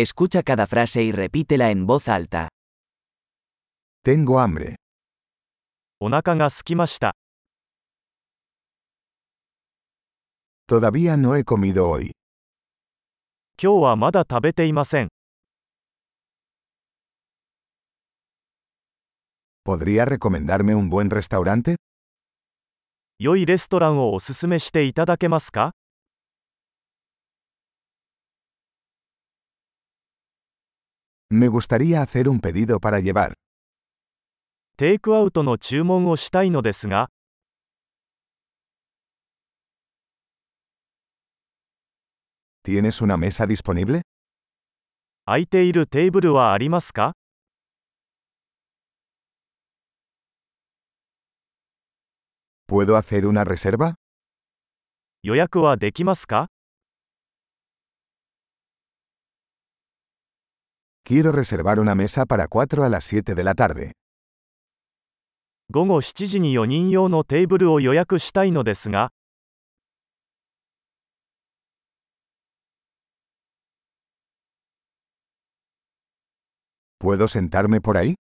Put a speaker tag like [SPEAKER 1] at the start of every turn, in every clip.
[SPEAKER 1] Escucha cada frase y repítela en voz alta.
[SPEAKER 2] Tengo hambre.
[SPEAKER 3] お腹が空きました。
[SPEAKER 2] Todavía no he comido hoy.
[SPEAKER 3] 今日はまだ食べていません。
[SPEAKER 2] ¿Podría recomendarme un buen restaurante?
[SPEAKER 3] 良いレストランをおすすめしていただけますか
[SPEAKER 2] Me gustaría hacer un pedido para llevar.
[SPEAKER 3] テイクアウトの注文をしたいのですが、
[SPEAKER 2] ¿Tienes una mesa disponible?
[SPEAKER 3] 空いているテーブルはありますか
[SPEAKER 2] ¿Puedo hacer una reserva?
[SPEAKER 3] 予約はできますか
[SPEAKER 2] Quiero reservar una mesa para 4 a las 7 de la tarde.
[SPEAKER 3] 午後7時に4人用のテーブルを予約したいのですが、
[SPEAKER 2] ¿Puedo sentarme por ahí?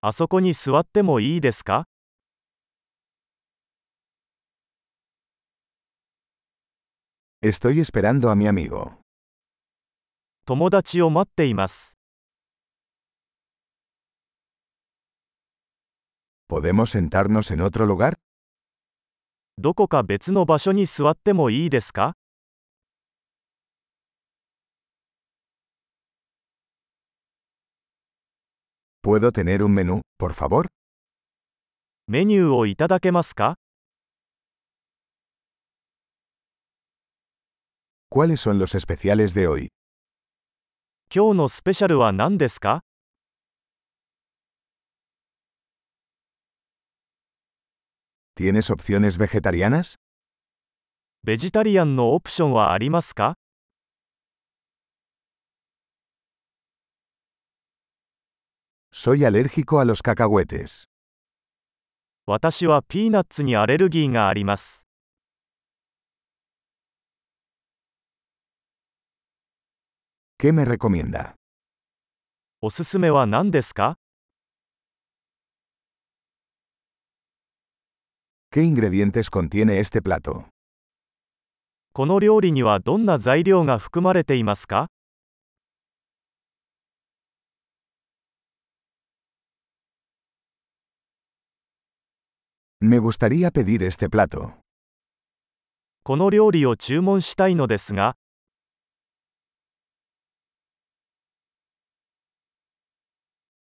[SPEAKER 3] あそこに座ってもいいですか
[SPEAKER 2] Estoy esperando a mi amigo.
[SPEAKER 3] 友達を待っています。
[SPEAKER 2] ¿Podemos sentarnos en otro lugar?
[SPEAKER 3] どこか別の場所に座ってもいいですか
[SPEAKER 2] ¿Puedo tener un menú, por favor?
[SPEAKER 3] メニューをいただけますか
[SPEAKER 2] ¿Cuáles son los especiales de hoy?
[SPEAKER 3] 今日のスペシャルは何ですか
[SPEAKER 2] ¿Tienes opciones vegetarianas?
[SPEAKER 3] ベジタリアンのオプションはありますか
[SPEAKER 2] Soy alérgico a los cacahuetes.
[SPEAKER 3] 私はピーナッツにアレルギーがあります。
[SPEAKER 2] ¿Qué me recomienda?
[SPEAKER 3] おすすめは何ですか
[SPEAKER 2] ¿Qué ingredientes contiene este plato?
[SPEAKER 3] この料理にはどんな材料が含まれていますか
[SPEAKER 2] Me gustaría pedir este plato.
[SPEAKER 3] この料理を注文したいのですが、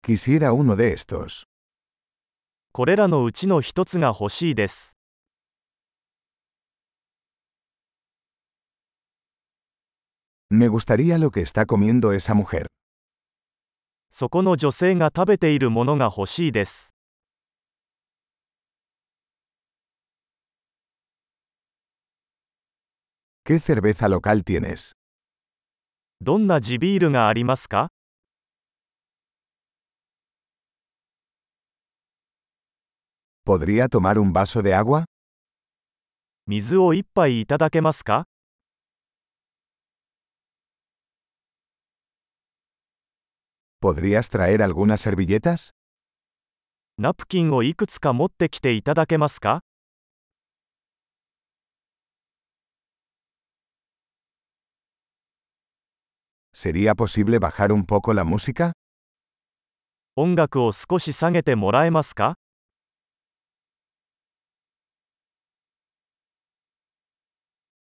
[SPEAKER 2] Quisiera uno de estos.
[SPEAKER 3] これらのうちの一つが欲しいです。
[SPEAKER 2] Me gustaría lo que está comiendo esa mujer.
[SPEAKER 3] そこの女性が食べているものが欲しいです。
[SPEAKER 2] ¿Qué cerveza local tienes?
[SPEAKER 3] どんな地ビールがありますか
[SPEAKER 2] ¿Podría tomar un vaso de agua?
[SPEAKER 3] 水を一杯いただけますか
[SPEAKER 2] ¿Podrías traer algunas servilletas?
[SPEAKER 3] ナプキンをいくつか持ってきていただけますか
[SPEAKER 2] ¿Sería posible bajar un poco la música?
[SPEAKER 3] 音楽を少し下げてもらえますか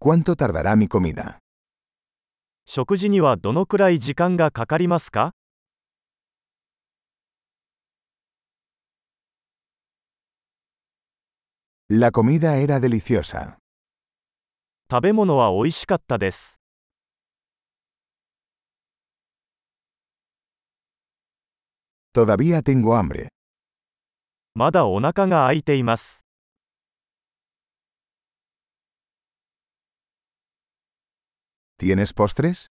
[SPEAKER 2] ¿Cuánto tardará mi comida?
[SPEAKER 3] 食事にはどのくらい時間がかかりますか
[SPEAKER 2] La comida era deliciosa.
[SPEAKER 3] 食べ物は美味しかったです。
[SPEAKER 2] Todavía tengo hambre.
[SPEAKER 3] まだお腹が空いています。
[SPEAKER 2] ¿Tienes postres?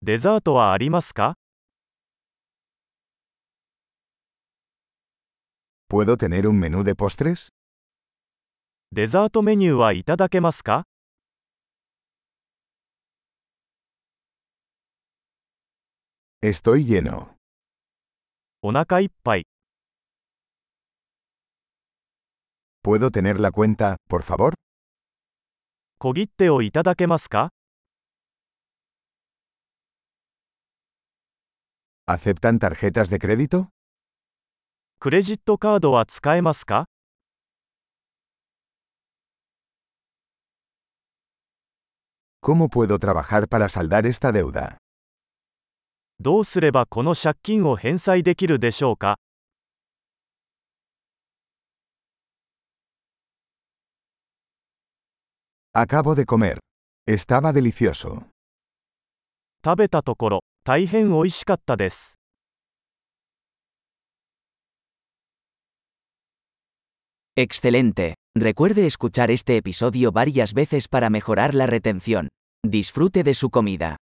[SPEAKER 3] デザートはありますか
[SPEAKER 2] ¿Puedo tener un menú de postres?
[SPEAKER 3] デザートメニューはいただけますか
[SPEAKER 2] Estoy lleno.
[SPEAKER 3] お腹いっぱい。
[SPEAKER 2] ¿Puedo tener la cuenta, por favor?
[SPEAKER 3] 小切手をいただけますか
[SPEAKER 2] ¿Aceptan tarjetas de crédito?
[SPEAKER 3] クレジットカードは使えますか
[SPEAKER 2] ¿Cómo puedo trabajar para saldar esta deuda?
[SPEAKER 3] どうすればこの借金を返済できるでしょうか
[SPEAKER 2] Acabo de comer. Estaba delicioso.
[SPEAKER 3] 食べたところ、大変美味しかったです。
[SPEAKER 1] Excelente. Recuerde escuchar este episodio varias veces para mejorar la retención. Disfrute de su comida.